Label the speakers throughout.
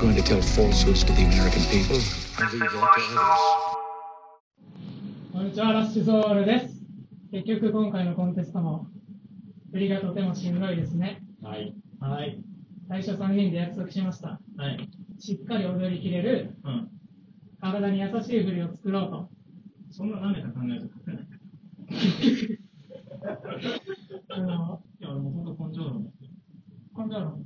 Speaker 1: going to tell falsehoods to the American people and leave that to others.
Speaker 2: こんにちは、ラッシュゾールです。結局、今回のコンテストも、振りがとてもしんどいですね。
Speaker 3: はい。はい。
Speaker 2: 最初3人で約束しました。
Speaker 3: はい。
Speaker 2: しっかり踊りきれる、
Speaker 3: うん。
Speaker 2: 体に優しい振りを作ろ
Speaker 3: そんな舐めた考えじゃなくて。
Speaker 2: うと。あの、
Speaker 3: いや、俺もうほんと根性論だよ。
Speaker 2: 根性論。
Speaker 3: うん。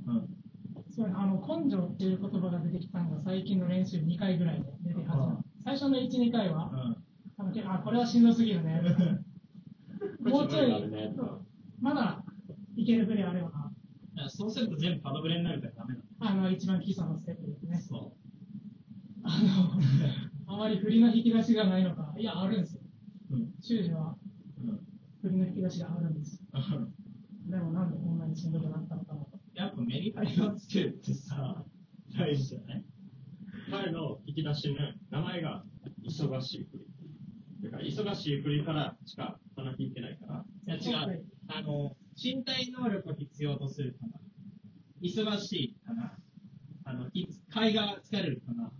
Speaker 2: そうあの根性っていう言葉が出てきたのが最近の練習2回ぐらいで出てき始めた
Speaker 3: うん
Speaker 2: 最初の1、2回は、
Speaker 3: うん。
Speaker 2: あのけあこれはしんどすぎるね。 もうちょい、そうまだいける振りあればな。
Speaker 3: いやそうすると全部パドブレになるからダメだ。
Speaker 2: あの、一番基礎のステップですね。
Speaker 3: そ
Speaker 2: あの、あまり振りの引き出しがないのか、いや、あるんですよ。
Speaker 3: う。うん。
Speaker 2: 修士は
Speaker 3: うん。
Speaker 2: 振りの引き出しがあるんですよ。でもなんでこんなにしんどくなったのかなと。
Speaker 3: やっぱメリハリをつけるってさ、大事じゃない
Speaker 4: 彼の引き出しの名前が忙しいふり。だから忙しいふりからしか話聞いてないから。
Speaker 3: いや、違う。あの、身体能力を必要とするかな。忙しいかな。あの、い会が疲れるかな。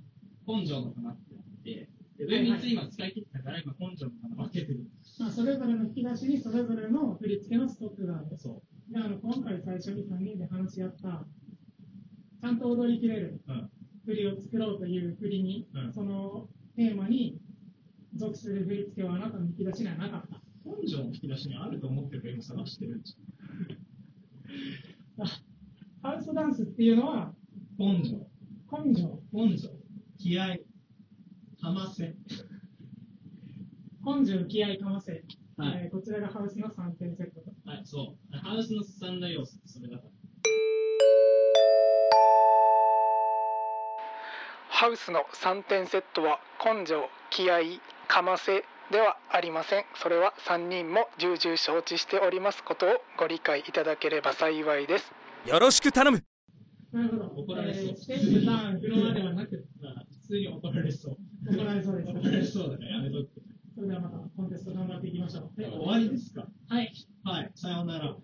Speaker 3: 根性のかなってなって、で上3つ今使い切ったから、今根性のかな分けてる。
Speaker 2: まあ、それぞれの引き出しにそれぞれの振り付けのストックがある。
Speaker 3: そ
Speaker 2: で、あの、今回最初に3人で話し合った、ちゃんと踊りきれる
Speaker 3: う。うん。
Speaker 2: 振りを作ろうという振りに、
Speaker 3: うん
Speaker 2: そのテーマに属する振り付けはあなたの引き出しにはなかった。
Speaker 3: 根性の引き出しにあると思ってるから今探してるんじ
Speaker 2: ハウスダンスっていうのは
Speaker 3: ゃん。根性、
Speaker 2: 根性、
Speaker 3: 根性、気合、かませ。
Speaker 2: 根性、気合、かませ、
Speaker 3: はい
Speaker 2: えーこちらがハウスの3点セットと。
Speaker 3: はい、そう。ハウスの三大要素ってそれだから。
Speaker 5: ハウスの3点セットは根性気合かませではありませんそれは3人も重々承知しておりますことをご理解いただければ幸いです
Speaker 6: よろしく頼む
Speaker 2: なるほど。
Speaker 3: 怒られそう
Speaker 2: えーステップ、タ ーン、フロアではなく、
Speaker 3: まあ、普通に怒られそう。
Speaker 2: 怒られそうです。
Speaker 3: 怒られそうだからやめとく。
Speaker 2: それではまたコンテスト頑張っていきましょう。
Speaker 3: 終わりですか
Speaker 2: はい。
Speaker 3: はい、さようなら。